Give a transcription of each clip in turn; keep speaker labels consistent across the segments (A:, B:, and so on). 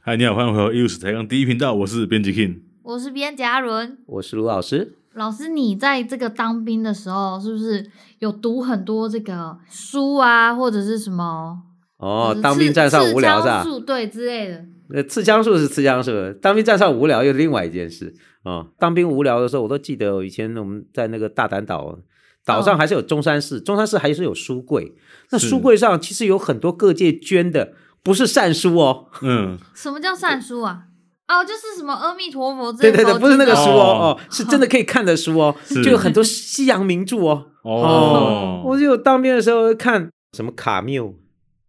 A: 嗨，你好，欢迎回到一五十台杠第一频道，我是编辑 King。
B: 我是边嘉伦
C: 我是卢老师。
B: 老师，你在这个当兵的时候，是不是有读很多这个书啊，或者是什么？
C: 哦
B: 就是，嗯
C: 当
B: 刺
C: 兵站上无聊
B: 刺
C: 是吧
B: 枪？术对之类的。
C: 那刺枪术是刺枪术，当兵站上无聊又是另外一件事啊、哦当兵无聊的时候，我都记得以前我们在那个大胆岛岛
B: 哦
C: 上还是有中山市，中山市还是有书柜。那
A: 是
C: 书柜上其实有很多各界捐的，不是善书哦，
A: 嗯，
B: 什么叫善书啊？哦，就是什么阿弥陀佛之类
C: 对
B: 的啊
C: 对对，不是那个书
A: 哦
C: 哦，哦，是真的可以看的书哦，
A: 是
C: 就有很多西洋名著哦。
A: 哦，
C: 我就当兵的时候看什么卡缪、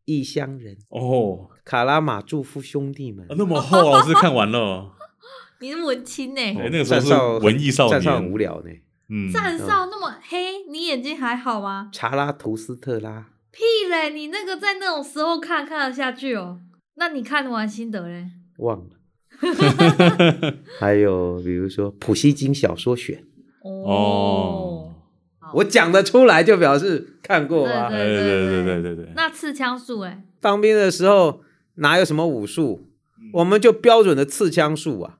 C: 异乡人、
A: 哦，啊
C: 卡拉马祝夫兄 弟们。
A: 那么厚，老师看完了。
B: 你是文青呢、
C: 嗯
A: 哎，那个时候
C: 哦站上
A: 是文艺少
C: 站上很
A: 年，
C: 无聊呢。
A: 嗯，
B: 站哨那么黑，你眼睛还好吗？
C: 查拉图斯特拉，
B: 屁嘞！你那个在那种时候看看得下去哦？那你看完心得嘞？
C: 忘了。还有比如说普希金小说选，
B: 哦
A: 哦，
C: 我讲得出来就表示看过
B: 对
C: 啊。
A: 哎对对对对对对，
B: 那刺枪术哎，
C: 当兵的时候哪有什么武术，
A: 嗯
C: 我们就标准的刺枪术啊。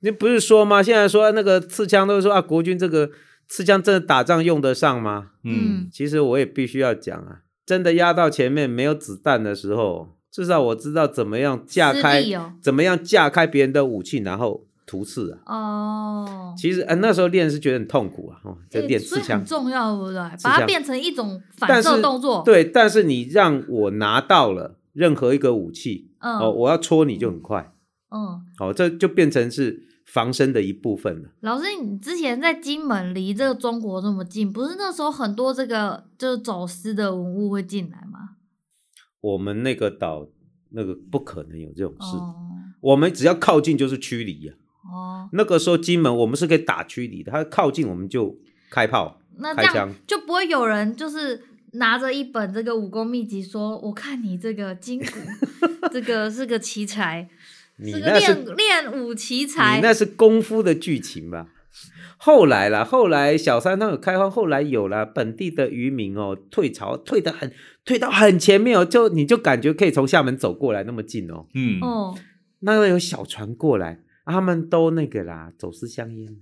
C: 你不是说吗？现在说那个刺枪都是说啊，国军这个刺枪真的打仗用得上吗？
A: 嗯，
C: 其实我也必须要讲啊，真的压到前面没有子弹的时候，至少我知道怎么样架开
B: 施力哦
C: 怎么样架开别人的武器，然后突刺啊。
B: 哦，
C: 其实，呃，那时候练是觉得很痛苦啊，哦，在
B: 欸
C: 练
B: 所
C: 刺
B: 以很
C: 枪。
B: 重要，对不对？
C: 刺
B: 把它
C: 枪
B: 变成一种反
C: 但是
B: 射动作，，
C: 对，但是你让我拿到了任何一个武器，
B: 嗯，
C: 哦，我要戳你就很快，
B: 嗯。
C: 哦，这就变成是防身的一部分了。
B: 老师，你之前在金门离这个中国这么近，不是那时候很多这个就是走私的文物会进来吗？
C: 我们那个岛那个不可能有这种事，
B: 哦
C: 我们只要靠近就是驱离呀、
B: 哦，
C: 那个时候金门我们是可以打驱离的，它靠近我们就开炮。
B: 那这
C: 开
B: 样
C: 枪
B: 就不会有人就是拿着一本这个武功秘籍说：“我看你这个筋骨， 这个是个奇才，
C: 你
B: 个
C: 那是
B: 练练武奇才
C: 你。那是功夫的剧情吧？后来啦，后来小三他有开荒，后来有了本地的渔民哦，退潮退得很，退到很前面哦，就你就感觉可以从厦门走过来那么近哦。
A: 嗯，
B: 哦”
C: 那个有小船过来，啊他们都那个啦，走私香烟啦。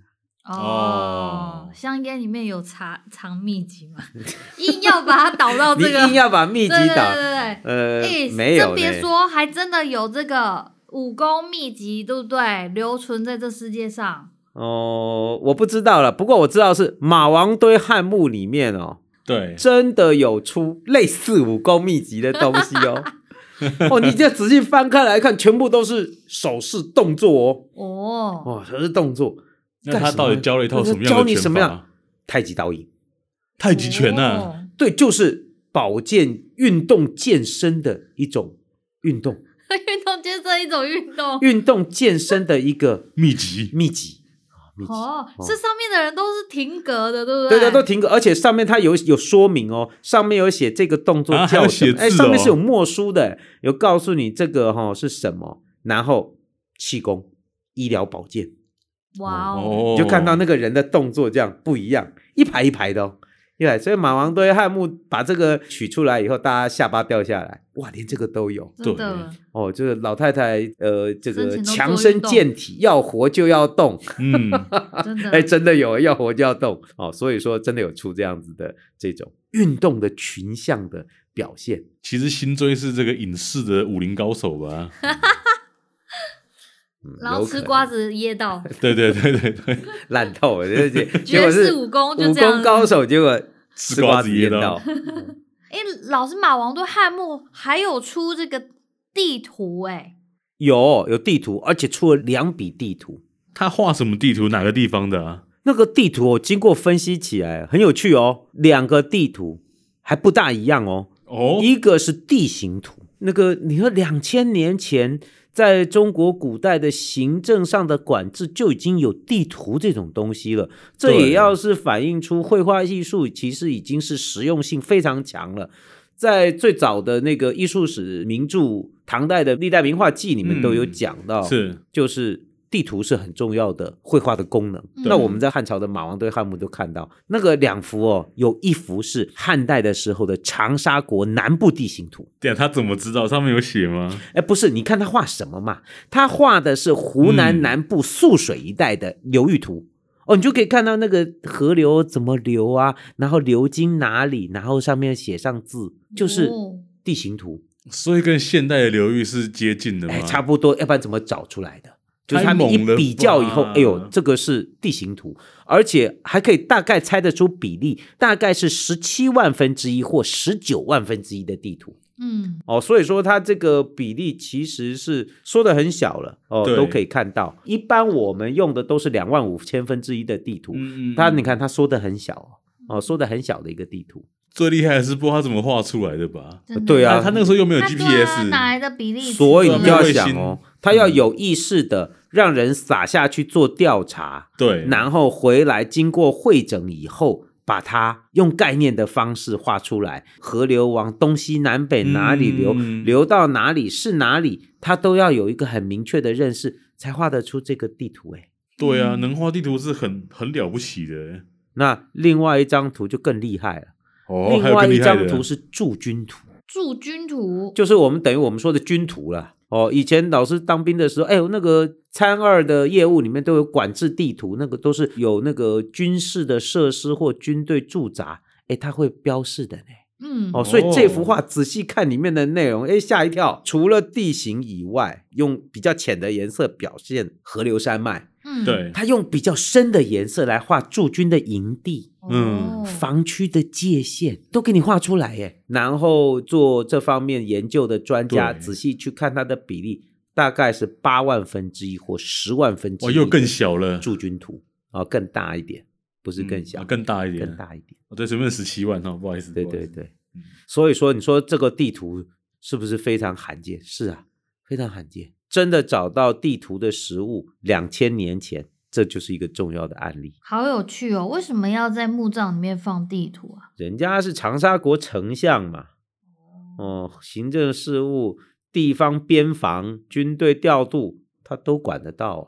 A: 哦
B: 哦，香烟里面有藏藏秘籍嘛， 硬要把它导到
C: 你
B: 哦这个
C: 硬要把秘籍
B: 对对
C: 打，
B: 对对
C: 呃，
B: 对，哎、
C: 没有
B: 真别
C: 呢。
B: 说，还真的有这个武功秘籍，对不对？留存在这世界上，
C: 哦，我不知道了，不过我知道是马王堆汉墓里面哦，
A: 对，
C: 真的有出类似武功秘籍的东西 哦。哦，你这仔细翻开来看，全部都是手势动作
B: 哦，
C: 哦，哦，手势动作，
A: 那他到底教了一套什么样
C: 教
A: 的
C: 你
A: 拳
C: 什么
A: 法
C: 样？太极导引，
A: 太极拳啊呐，
B: 哦
C: 对，就是保健运动健身的一种运动，
B: 运动就是这一种运 动。哦
C: 运动健身的一个
A: 秘籍，
C: 秘籍啊，秘籍。
B: 哦，
C: 哦
B: 是上面的人都是停格的，对不
C: 对
B: 对
C: 对，都停格，而且上面它有有说明哦，上面有写这个动作
A: 啊还有
C: 叫什
A: 写
C: 么，哎、
A: 字
C: 上面
A: 哦
C: 是有默书的，有告诉你这个哈、哦、是什么，然后气功、医疗保健，
B: 哇哦，
A: 哦，
C: 你就看到那个人的动作这样不一样，一排一排的哦，一排。所以马王堆汉墓把这个取出来以后，大家下巴掉下来，哇，连这个都有
B: 真的
C: 哦，就是老太太呃，这
B: 生前
C: 个
B: 都做
C: 强身
B: 运动
C: 健体，要活就要动。
A: 嗯，
B: 真的，
C: 哎，真的有要活就要动哦，所以说真的有出这样子的这种运动的群像的表现。
A: 其实新追是这个影视的武林高手吧？
C: 嗯、
B: 然后
C: 有可
B: 吃
C: 能
B: 瓜子噎到，
A: 对对对对对，
C: 烂透了，对对 结
B: 绝
C: 果
B: 世
C: 是
B: 武功就
C: 武
B: 这样
C: 功
B: 子。
C: 高手，结果
A: 吃
C: 吃
A: 瓜
C: 瓜
A: 子
C: 子
A: 噎
C: 噎
A: 到
C: 到。
B: 哎，老师，马王对汉墓还有出这个地图，哎，
C: 有有地图，而且出了两笔地图。
A: 他画什么地图？哪个地方的啊？
C: 那个地图哦，经过分析起来很有趣哦，两个地图还不大一样哦。
A: 哦，
C: 一个是地形图，那个你说两千年前在中国古代的行政上的管制就已经有地图这种东西了，这
A: 对
C: 也要是反映出绘画艺术其实已经是实用性非常强了。在最早的那个艺术史名著《唐代的历代名画记》里面都有
A: 嗯
C: 讲到，
A: 是
C: 就是地图是很重要的绘画的功能。
B: 嗯
C: 那我们在汉朝的马王堆汉墓都看到那个两幅哦，有一幅是汉代的时候的长沙国南部地形图。
A: 对啊，他怎么知道？上面有写吗？
C: 哎，不是，你看他画什么嘛？他画的是湖南
A: 嗯
C: 南部涑水一带的流域图。哦，你就可以看到那个河流怎么流啊，然后流经哪里，然后上面写上字，就是
B: 哦
C: 地形图，
A: 所以跟现代的流域是接近的吗？
C: 哎，差不多，要不然怎么找出来的？就是他们
A: 太
C: 一
A: 猛了
C: 比较以后，
A: 吧
C: 哎呦，这个是地形图，而且还可以大概猜得出比例，大概是十七万分之一或十九万分之一的地图。
B: 嗯，
C: 哦，所以说它这个比例其实是缩的很小了哦，
A: 对
C: 都可以看到。一般我们用的都是两万五千分之一的地图，
A: 嗯，嗯嗯
C: 它你看它缩的很小哦，哦缩的很小的一个地图。
A: 最厉害的是不知道他怎么画出来的吧？
B: 真的
C: 对啊
A: 他他那个时候又没有
B: 那对啊
A: GPS，
B: 哪来的比例尺？
C: 所以你就要
A: 对
C: 想哦，它
A: 嗯
C: 要有意识的让人撒下去做调查，
A: 对，
C: 然后回来经过会诊以后。把它用概念的方式画出来，河流往东西南北哪里流，
A: 嗯
C: 流到哪里是哪里，它都要有一个很明确的认识，才画得出这个地图。哎，
A: 对啊，
B: 嗯
A: 能画地图是很很了不起的。
C: 那另外一张图就更厉害了，
A: 哦，还
C: 另
A: 有
C: 外
A: 更厉
C: 一
A: 害
C: 张
A: 的
C: 图是驻军图。
B: 驻军图，
C: 就是我们等于我们说的军图了。哦，以前老师当兵的时候，哎呦，那个参二的业务里面都有管制地图，那个都是有那个军事的设施或军队驻扎，哎，它会标示的呢。
B: 嗯，
C: 哦，所以这幅画仔细看里面的内容，哎，吓一跳。除了地形以外，用比较浅的颜色表现河流山脉，
B: 嗯，
A: 对，
C: 它用比较深的颜色来画驻军的营地。
A: 嗯
B: 哦
C: 防区的界限都给你画出来耶。然后做这方面研究的专家
A: 对
C: 仔细去看它的比例，大概是八万分之一或十万分之一。
A: 哇，又更小了，
C: 驻军图啊、哦，更大一点，不是更
A: 嗯
C: 小，
A: 啊更大一点，
C: 更。大一点。
A: 哦，对，随便十七万哦，不好意思，
C: 对
A: 不好意
C: 对
A: 思，
C: 对
A: 嗯，
C: 所以说你说这个地图是不是非常罕见？是啊，非常罕见。真的找到地图的实物，两千年前，这就是一个重要的案例。
B: 好有趣哦！为什么要在墓葬里面放地图啊？
C: 人家是长沙国丞相嘛，哦，行政事务、地方边防、军队调度，他都管得到啊。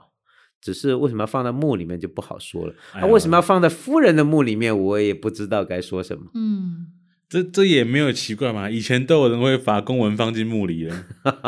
C: 只是为什么要放在墓里面就不好说了。
A: 哎
C: 那、
A: 呀
C: 啊为什么要放在夫人的墓里面，我也不知道该说什么。
B: 嗯，
A: 这这也没有奇怪嘛，以前都有人会把公文放进墓里的，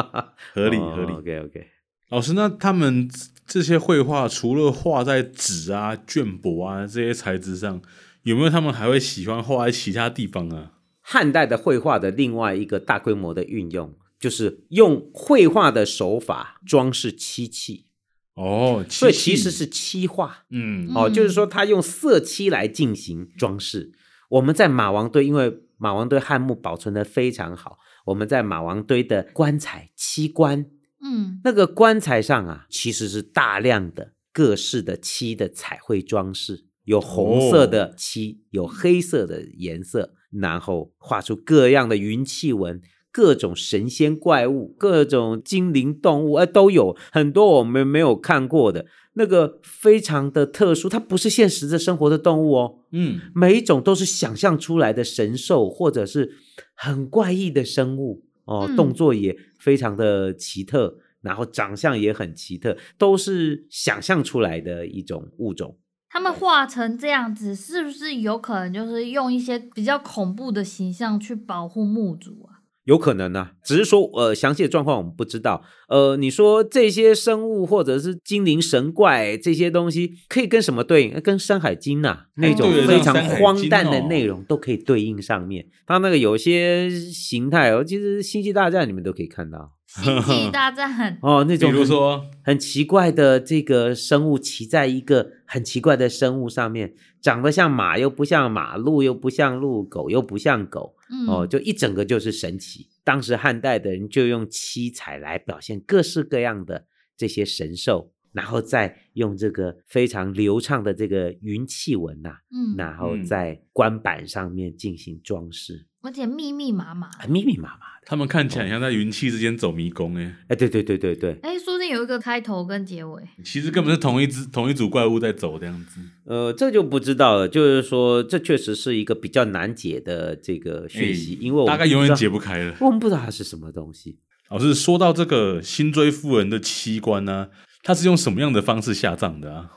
A: 合理
C: 哦
A: 合理。
C: OK OK，
A: 老师，那他们这些绘画除了画在纸啊、绢帛啊这些材质上，有没有他们还会喜欢画在其他地方啊？
C: 汉代的绘画的另外一个大规模的运用，就是用绘画的手法装饰漆器，
A: 哦，漆器
C: 所以其实是漆画。
A: 嗯，
C: 哦，就是
B: 嗯
C: 说他用色漆来进行装饰。我们在马王堆，因为马王堆汉墓保存的非常好，我们在马王堆的棺材漆棺，
B: 嗯，
C: 那个棺材上啊，其实是大量的各式的漆的彩绘装饰，有红色的漆，有黑色的颜色，然后画出各样的云气纹。各种神仙怪物、各种精灵动物，哎，都有很多我们没有看过的，那个非常的特殊，它不是现实的生活的动物哦，
A: 嗯，
C: 每一种都是想象出来的神兽，或者是很怪异的生物哦，
B: 嗯
C: 动作也非常的奇特，然后长相也很奇特，都是想象出来的一种物种。
B: 他们画成这样子，是不是有可能就是用一些比较恐怖的形象去保护墓主 啊？
C: 有可能呢、只是说呃，详细的状况我们不知道。呃，你说这些生物或者是精灵神怪这些东西，可以跟什么对应？呃跟《山海经、呐那种
B: 对
C: 非
B: 像
C: 常
A: 山海经
C: 荒诞的
A: 哦
C: 内容都可以对应上面。它那个有些形态哦，其实《星际大战》你们都可以看到
B: 星际大战
C: 哦，那
A: 比
C: 种
A: 如
C: 很
A: 说，
C: 很奇怪的这个生物骑在一个很奇怪的生物上面，长得像马又不像马，鹿又不像鹿，狗又不像狗，
B: 嗯，
C: 哦，就一整个就是神奇。当时汉代的人就用七彩来表现各式各样的这些神兽，然后再用这个非常流畅的这个云气纹呐、
B: 嗯，
C: 然后
A: 嗯
C: 在棺板上面进行装饰，
B: 而且密密麻麻。
C: 啊密密麻麻的。
A: 他们看起来很像在云气之间走迷宫哎、
C: 哎，对对对对对，
B: 哎，说不定有一个开头跟结尾。
A: 其实根本是同一只同一组怪物在走这样子。
C: 呃，这就不知道了。就是说，这确实是一个比较难解的这个讯息，
A: 哎
C: 因为我
A: 大
C: 们
A: 概
C: 不
A: 永
C: 知
A: 远
C: 道
A: 解不开了。
C: 我们不知道它是什么东西。
A: 老师说到这个新追夫人的七官呢、他啊是用什么样的方式下葬的啊？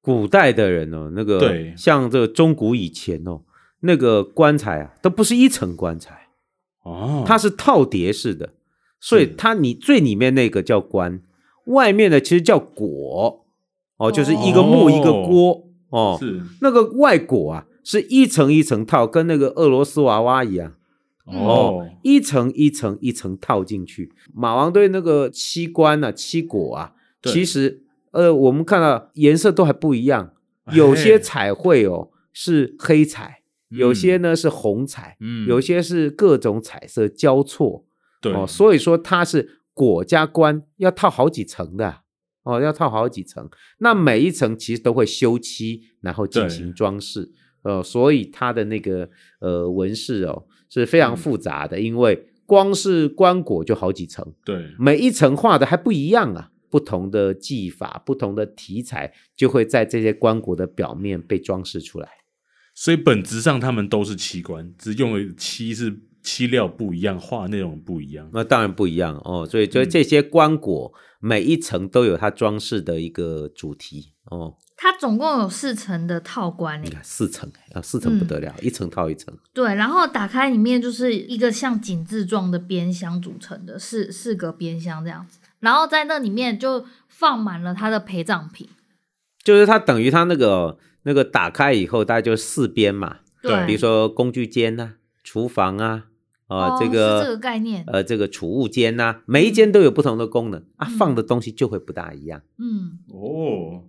C: 古代的人哦，那个
A: 对
C: 像这个中古以前哦，那个棺材啊，都不是一层棺材，
A: 哦，
C: 它是套叠式的，所以
A: 是
C: 它你最里面那个叫棺，外面的其实叫椁，哦，就是一个木
A: 哦
C: 一个锅哦，
A: 是
C: 那个外椁啊，是一层一层套，跟那个俄罗斯娃娃一样。
A: 哦，
C: 一层一层一层套进去。马王堆那个七棺啊、七果啊，
A: 对
C: 其实呃，我们看到颜色都还不一样，
A: 哎
C: 有些彩绘哦是黑彩，有些呢是红彩，
A: 嗯，
C: 有些是各种彩色交错
A: 对
C: 哦，所以说它是果加棺要套好几层的啊。哦，要套好几层，那每一层其实都会修漆，然后进
A: 对
C: 行装饰。呃，所以它的那个呃纹饰哦是非常
A: 嗯
C: 复杂的，因为光是棺椁就好几层，
A: 对
C: 每一层画的还不一样啊，不同的技法、不同的题材就会在这些棺椁的表面被装饰出来。
A: 所以本质上他们都是器官，只是用的漆是漆料不一样，画内容不一样。
C: 那当然不一样哦，所以就这些棺椁每一层都有它装饰的一个主题哦。
B: 它总共有四层的套关
C: 你
B: 诶，
C: 看四层啊，四层不
B: 嗯
C: 得了，一层套一层。
B: 对，然后打开里面就是一个像井字状的边箱组成的，四四个边箱这样子，然后在那里面就放满了它的陪葬品，
C: 就是它等于它那个那个打开以后，大概就四边嘛，
A: 对
C: 比如说工具间呐、厨房啊，啊、
B: 哦
C: 这
B: 是这个
C: 个
B: 概念，
C: 呃这个储物间呐、每一间都有不同的功能啊，放的东西就会不大一样，
B: 嗯，
A: 哦，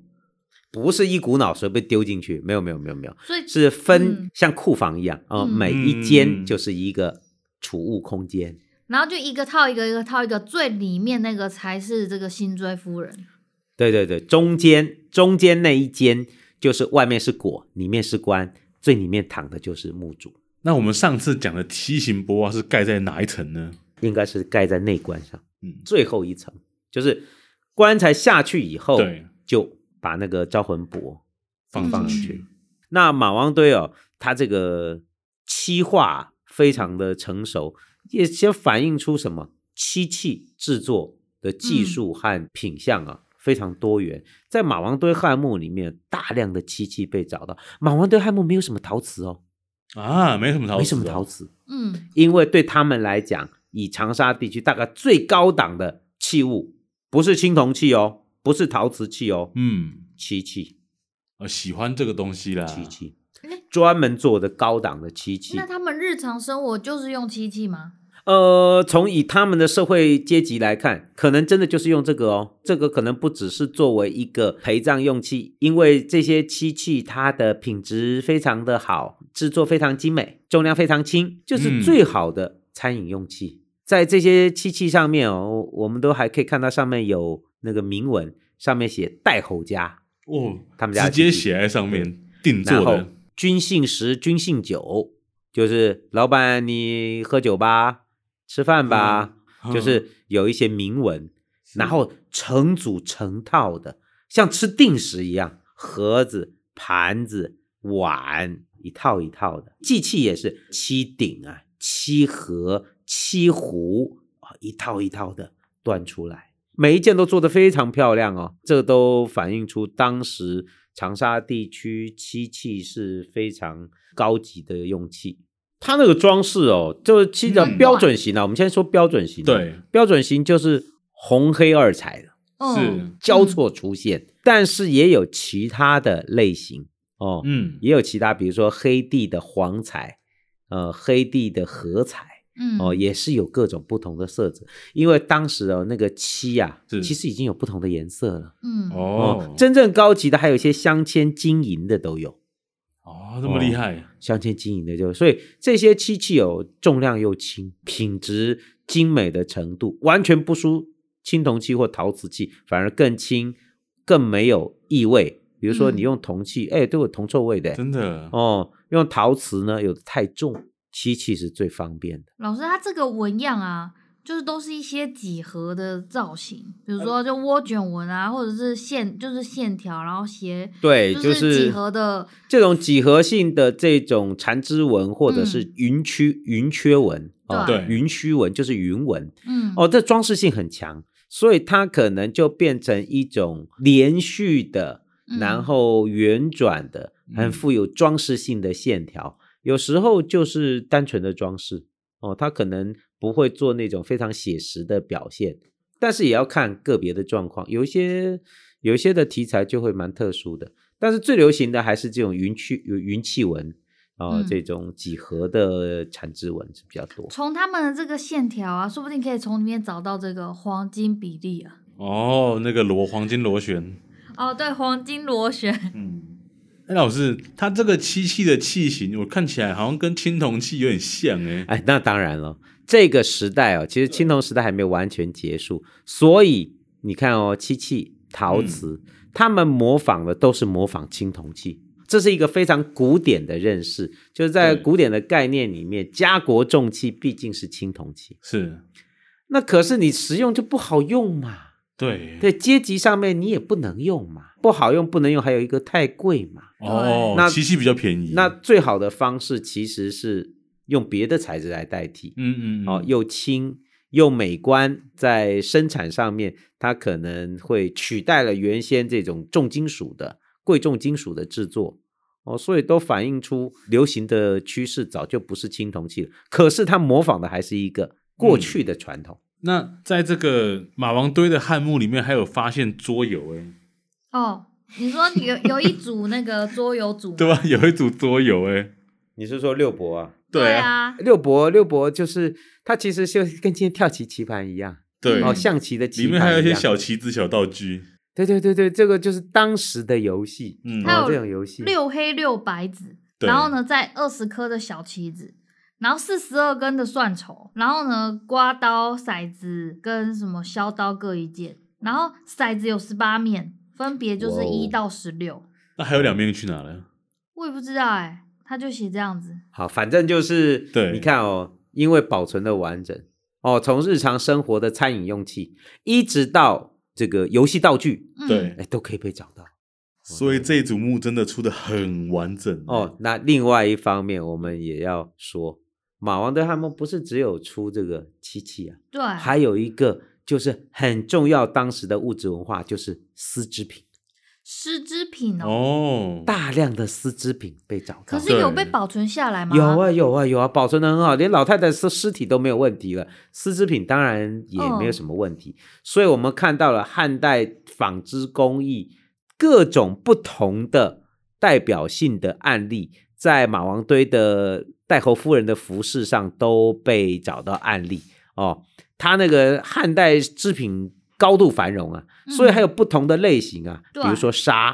C: 不是一股脑随便丢进去，没有没有没有没有，
B: 所以
C: 是分
B: 嗯
C: 像库房一样啊、
B: 嗯
C: 每一间就是一个储物空间。
B: 然后就一个套一个，一个套一个，最里面那个才是这个新追夫人。
C: 对对对，中间中间那一间就是外面是果，里面是棺，最里面躺的就是墓主，
A: 那我们上次讲的梯形波啊，是盖在哪一层呢？
C: 应该是盖在内棺上。
A: 嗯，
C: 最后一层，就是棺材下去以后，
A: 对，
C: 就把那个招魂帛。
A: 放
B: 放
A: 进
B: 进
A: 去，
C: 那马王堆哦，它这个漆画非常的成熟，也先反映出什么漆器制作的技术和品相啊。非常多元，在马王堆汉墓里面，大量的漆器被找到。马王堆汉墓没有什么陶瓷哦，
A: 啊，没什么陶瓷、
C: 没什么陶，瓷，
B: 嗯，
C: 因为对他们来讲，以长沙地区大概最高档的器物，不是青铜器哦，不是陶瓷器哦，
A: 嗯，
C: 漆器，
A: 呃，喜欢这个东西啦，
C: 漆器
B: 诶，
C: 专门做的高档的漆器
B: 那。他们日常生活就是用漆器吗？
C: 呃，从以他们的社会阶级来看，可能真的就是用这个哦，这个可能不只是作为一个陪葬用器，因为这些漆器它的品质非常的好，制作非常精美，重量非常轻，就是
A: 嗯
C: 最好的餐饮用器。在这些漆器上面哦，我们都还可以看到上面有那个铭文，上面写“代侯家
A: 哦，
C: 他们家的
A: 直接
C: 漆器
A: 写在上面定”，
C: 然
A: 做
C: 后
A: 的，
C: “君姓食，君姓酒”，就是老板你喝酒吧，吃饭吧。就
A: 嗯
C: 是有一些铭文，然后成组成套的，像吃定时一样，盒子、盘子、碗一套一套的。祭器也是七鼎啊、七盒、七壶啊，一套一套的端出来，每一件都做得非常漂亮哦。这都反映出当时长沙地区漆器是非常高级的用器。它那个装饰哦，就是漆的
B: 嗯
C: 标准型啊。我们先说标准型，，
A: 对，
C: 标准型就是红黑二彩
A: 嗯
C: 的
B: 哦、
A: 是
C: 交错出现，但是也有其他的类型哦，
A: 嗯，
C: 也有其他，比如说黑地的黄彩，呃，黑地的荷彩
B: 嗯，
C: 哦，也是有各种不同的色泽，因为当时哦那个漆啊，
A: 是
C: 其实已经有不同的颜色了
B: 嗯，
A: 哦，
C: 真正高级的还有一些镶嵌金银的都有。
A: 哦，这么厉害，
C: 镶嵌金银的就，所以这些漆器有重量又轻，品质精美的程度完全不输青铜器或陶瓷器，反而更轻，更没有异味。比如说
B: 嗯
C: 你用铜器，哎、都有铜臭味的。
A: 真的，
C: 哦，用陶瓷呢，有的太重，漆器是最方便的。
B: 老师，它这个纹样啊，就是都是一些几何的造型，比如
C: 呃
B: 说就涡卷纹啊，或者是线，就是线条，然后斜，
C: 对，
B: 就是几何的，
C: 这种几何性的这种缠枝纹，或者
B: 嗯
C: 是云区云缺纹，哦
A: 对
C: 云虚纹就是云纹，
B: 嗯，
C: 哦哦，这装饰性很强，所以它可能就变成一种连续的，
B: 嗯
C: 然后圆转的，很
A: 嗯
C: 富有装饰性的线条。有时候就是单纯的装饰哦，它可能不会做那种非常写实的表现，但是也要看个别的状况。有一些有一些的题材就会蛮特殊的，但是最流行的还是这种云气云气纹哦，
B: 嗯
C: 这种几何的缠枝纹是比较多。
B: 从他们的这个线条啊，说不定可以从里面找到这个黄金比例啊。
A: 哦，那个螺黄金螺旋，
B: 哦，对，黄金螺旋，
A: 嗯，哎，老师，它这个漆器的器型，我看起来好像跟青铜器有点像哎、
C: 哎，那当然了，这个时代哦，其实青铜时代还没有完全结束，所以你看哦，漆器、陶瓷，他们模仿的都是模仿青铜器。这是一个非常古典的认识，就是在
A: 对
C: 古典的概念里面，家国重器毕竟是青铜器，
A: 是，
C: 那可是你实用就不好用嘛，
A: 对，
C: 对阶级上面你也不能用嘛，不好用不能用，还有一个太贵嘛，
A: 哦，
C: 那
A: 漆器比较便宜，
C: 那最好的方式其实是用别的材质来代替，
A: 嗯嗯，
C: 哦，
A: 有
C: 又轻又美观，在生产上面它可能会取代了原先这种重金属的贵重金属的制作。哦，所以都反映出流行的趋势早就不是青铜器了，可是它模仿的还是一个
A: 嗯
C: 过去的传统。
A: 那在这个马王堆的汉墓里面，还有发现桌游哎、
B: 哦，你说有有一组那个桌游 组吗，
C: 啊
A: 对吧？啊有一组桌游哎、
C: 你是说六博啊？
B: 对
A: 啊，
B: 啊，
C: 六博，六博就是它其实就跟今天跳棋棋盘一样，
A: 对，
C: 哦，象棋的棋盘
A: 里面还有一些
C: 样
A: 小棋子、小道具，
C: 对对对对，这个就是当时的游戏，
A: 嗯，
B: 还
C: 哦
B: 有，
C: 这种游戏，
B: 六黑六白子，
A: 对
B: 然后呢，再二十颗的小棋子，然后四十二根的蒜头，然后呢，刮刀、骰子跟什么削刀各一件，然后骰子有十八面，分别就是
C: 哇哦
B: 一到十六，
A: 那还有两面去哪了？
B: 我也不知道哎、他就写这样子，
C: 好，反正就是
A: 对
C: 你看哦，因为保存的完整哦，从日常生活的餐饮用器，一直到这个游戏道具，
B: 嗯，
A: 对，
C: 哎，都可以被找到
A: 所以这一组墓真的出的很完整
C: 哦。那另外一方面，我们也要说，马王堆汉墓不是只有出这个漆器啊，
B: 对，
C: 还有一个就是很重要当时的物质文化，就是丝织品，
B: 丝织品哦，
A: 哦，
C: 大量的丝织品被找到。
B: 可是有
A: 对
B: 被保存下来吗？
C: 有啊有啊有啊，保存的很好，连老太太尸尸体都没有问题
B: 哦
C: 了，丝织品当然也没有什么问题。所以我们看到了汉代纺织工艺各种不同的代表性的案例，在马王堆的太侯夫人的服饰上都被找到案例哦。它那个汉代织品高度繁荣啊，所以还有不同的类型啊，
B: 嗯对
C: 比如说纱。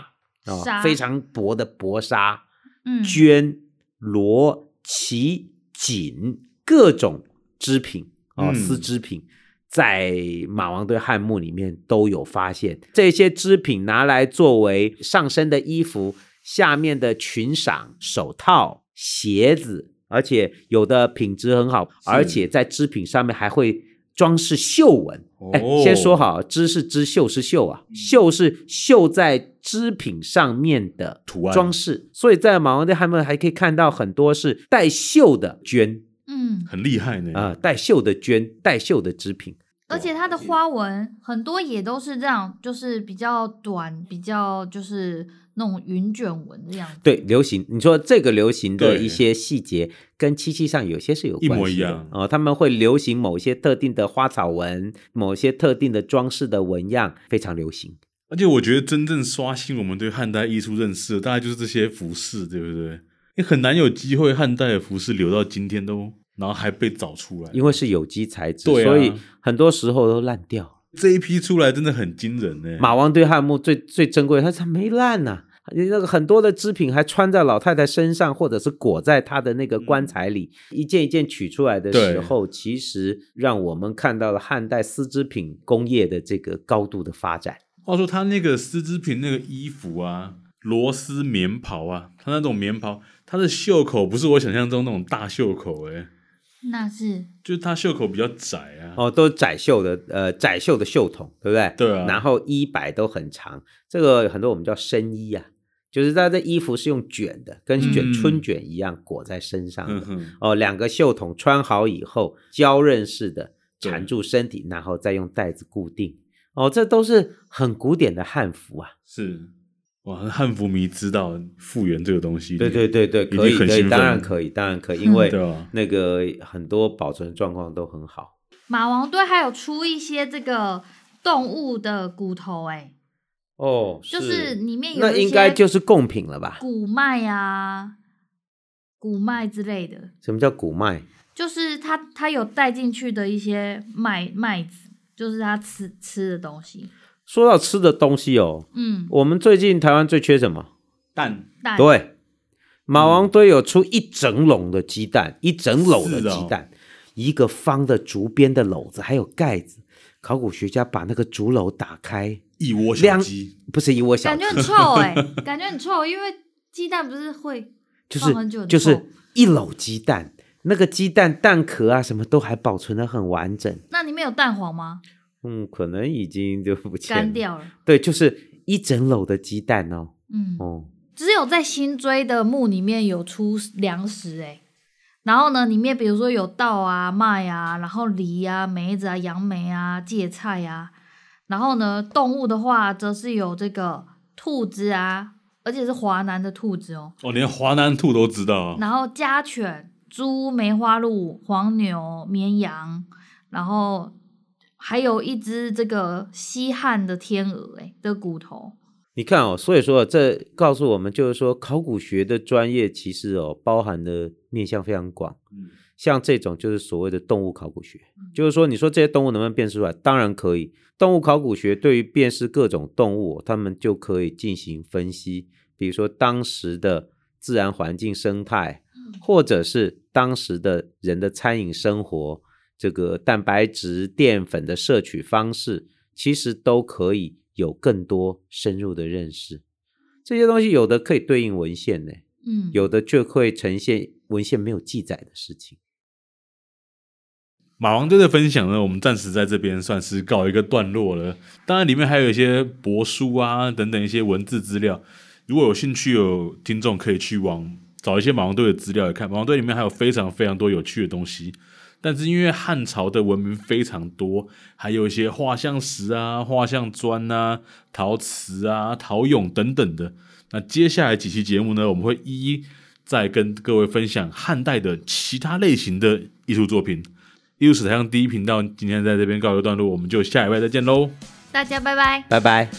C: 哦
B: 纱，
C: 非常薄的薄纱，
B: 嗯，
C: 绢、罗、旗、锦各种织品哦，
A: 嗯
C: 丝织品。在马王堆汉墓里面都有发现，这些织品拿来作为上身的衣服、下面的裙裳、手套、鞋子，而且有的品质很好，
A: 是
C: 而且在织品上面还会装饰绣纹。哎，
A: 哦
C: 先说好，织是织，绣是绣啊，
A: 嗯
C: 绣是绣在织品上面的
A: 图案
C: 装饰，所以在马王堆汉墓还可以看到很多是带绣的绢
B: 嗯，
A: 很厉害呢，
C: 啊、带绣的绢，带绣的织品。
B: 而且它的花纹很多也都是这样，就是比较短，比较就是那种云卷纹的样子。
C: 对，流行，你说这个流行的
A: 对
C: 一些细节跟漆器上有些是有
A: 一模
C: 关系
A: 一
C: 的
A: 样
C: 哦，他们会流行某些特定的花草纹，某些特定的装饰的纹样，非常流行。
A: 而且我觉得真正刷新我们对汉代艺术认识的，大概就是这些服饰，对不对？你很难有机会汉代的服饰留到今天都，然后还被找出来，
C: 因为是有机材质，
A: 对啊
C: 所以很多时候都烂掉了。
A: 这一批出来真的很惊人呢。
C: 马王堆汉墓最最珍贵的，它它没烂呐、那个很多的织品还穿在老太太身上，或者是裹在她的那
A: 嗯
C: 个棺材里，一件一件取出来的时候，其实让我们看到了汉代丝织品工业的这个高度的发展。
A: 话说他那个丝织品那个衣服啊，螺丝棉袍啊，他那种棉袍，它的袖口不是我想象中那种大袖口、欸，
B: 那是
A: 就是它袖口比较窄啊。
C: 哦，都是窄袖的，呃，窄袖的袖筒，对不对？
A: 对啊
C: 然后衣摆都很长，这个很多我们叫深衣啊，就是它的衣服是用卷的，跟卷
A: 嗯
C: 春卷一样裹在身上的。
A: 哼哼，
C: 哦，两个袖筒穿好以后，胶韧式的
A: 对
C: 缠住身体，然后再用带子固定。哦，这都是很古典的汉服啊。
A: 是哇，汉服迷知道复原这个东西，
C: 对对对对，
A: 定
C: 可以
A: 很
C: 可以，
A: 兴奋
C: 当然可以，当 然可以，因为
A: 对啊，
C: 那个很多保存状况都很好。
B: 马王堆还有出一些这个动物的骨头、哎，
C: 哦，
B: 就是里面有
C: 那
B: 一
C: 应该
B: 些
C: 就是贡品了吧？
B: 骨脉啊、骨脉之类的，
C: 什么叫古麦？
B: 就是它它有带进去的一些麦麦子，就是它吃吃的东西。
C: 说到吃的东西哦，
B: 嗯，
C: 我们最近台湾最缺什么？
A: 蛋
B: 蛋
C: 对，马王堆有出一整笼的鸡蛋，一整篓的
A: 是哦
C: 鸡蛋，一个方的竹编的篓子，还有盖子。考古学家把那个竹篓打开，
A: 一窝小
C: 两
A: 鸡，
C: 不是以我小
B: 感，觉很臭哎、感觉很臭，因为鸡蛋不是会
C: 就
B: 放很久
C: 是
B: 很
C: 就是
B: 臭
C: 一篓鸡蛋，那个鸡蛋蛋壳啊什么都还保存的很完整。
B: 那里面有蛋黄 吗？
C: 嗯，可能已经就不见
B: 干
C: 了。
B: 掉了。
C: 对，就是一整篓的鸡蛋哦。
B: 嗯，
C: 哦，
B: 只有在新追的墓里面有出粮食哎、然后呢，里面比如说有稻啊、麦啊，然后梨啊、梅子啊、杨梅啊、芥菜啊，然后呢，动物的话则是有这个兔子啊，而且是华南的兔子哦，
A: 哦，连华南兔都知道啊，
B: 然后家犬、猪、梅花鹿、黄牛、绵羊，然后还有一只这个西汉的天鹅哎、的骨头，
C: 你看哦，所以说这告诉我们，就是说考古学的专业其实哦，包含的面向非常广。
A: 嗯
C: 像这种就是所谓的动物考古学，就是说你说这些动物能不能辨识出来？当然可以。动物考古学对于辨识各种动物，他们就可以进行分析，比如说当时的自然环境生态，或者是当时的人的餐饮生活，这个蛋白质、淀粉的摄取方式，其实都可以有更多深入的认识。这些东西有的可以对应文献呢，
B: 嗯，
C: 有的却会呈现文献没有记载的事情。
A: 马王堆的分享呢，我们暂时在这边算是告一个段落了。当然，里面还有一些帛书啊等等一些文字资料，如果有兴趣有听众可以去网找一些马王堆的资料来看。马王堆里面还有非常非常多有趣的东西。但是因为汉朝的文明非常多，还有一些画像石啊、画像砖啊、陶瓷啊、陶俑等等的。那接下来几期节目呢，我们会一一再跟各位分享汉代的其他类型的艺术作品。艺术史台上第一频道，今天在这边告一个段落，我们就下礼拜再见喽。
B: 大家拜拜。
C: 拜拜。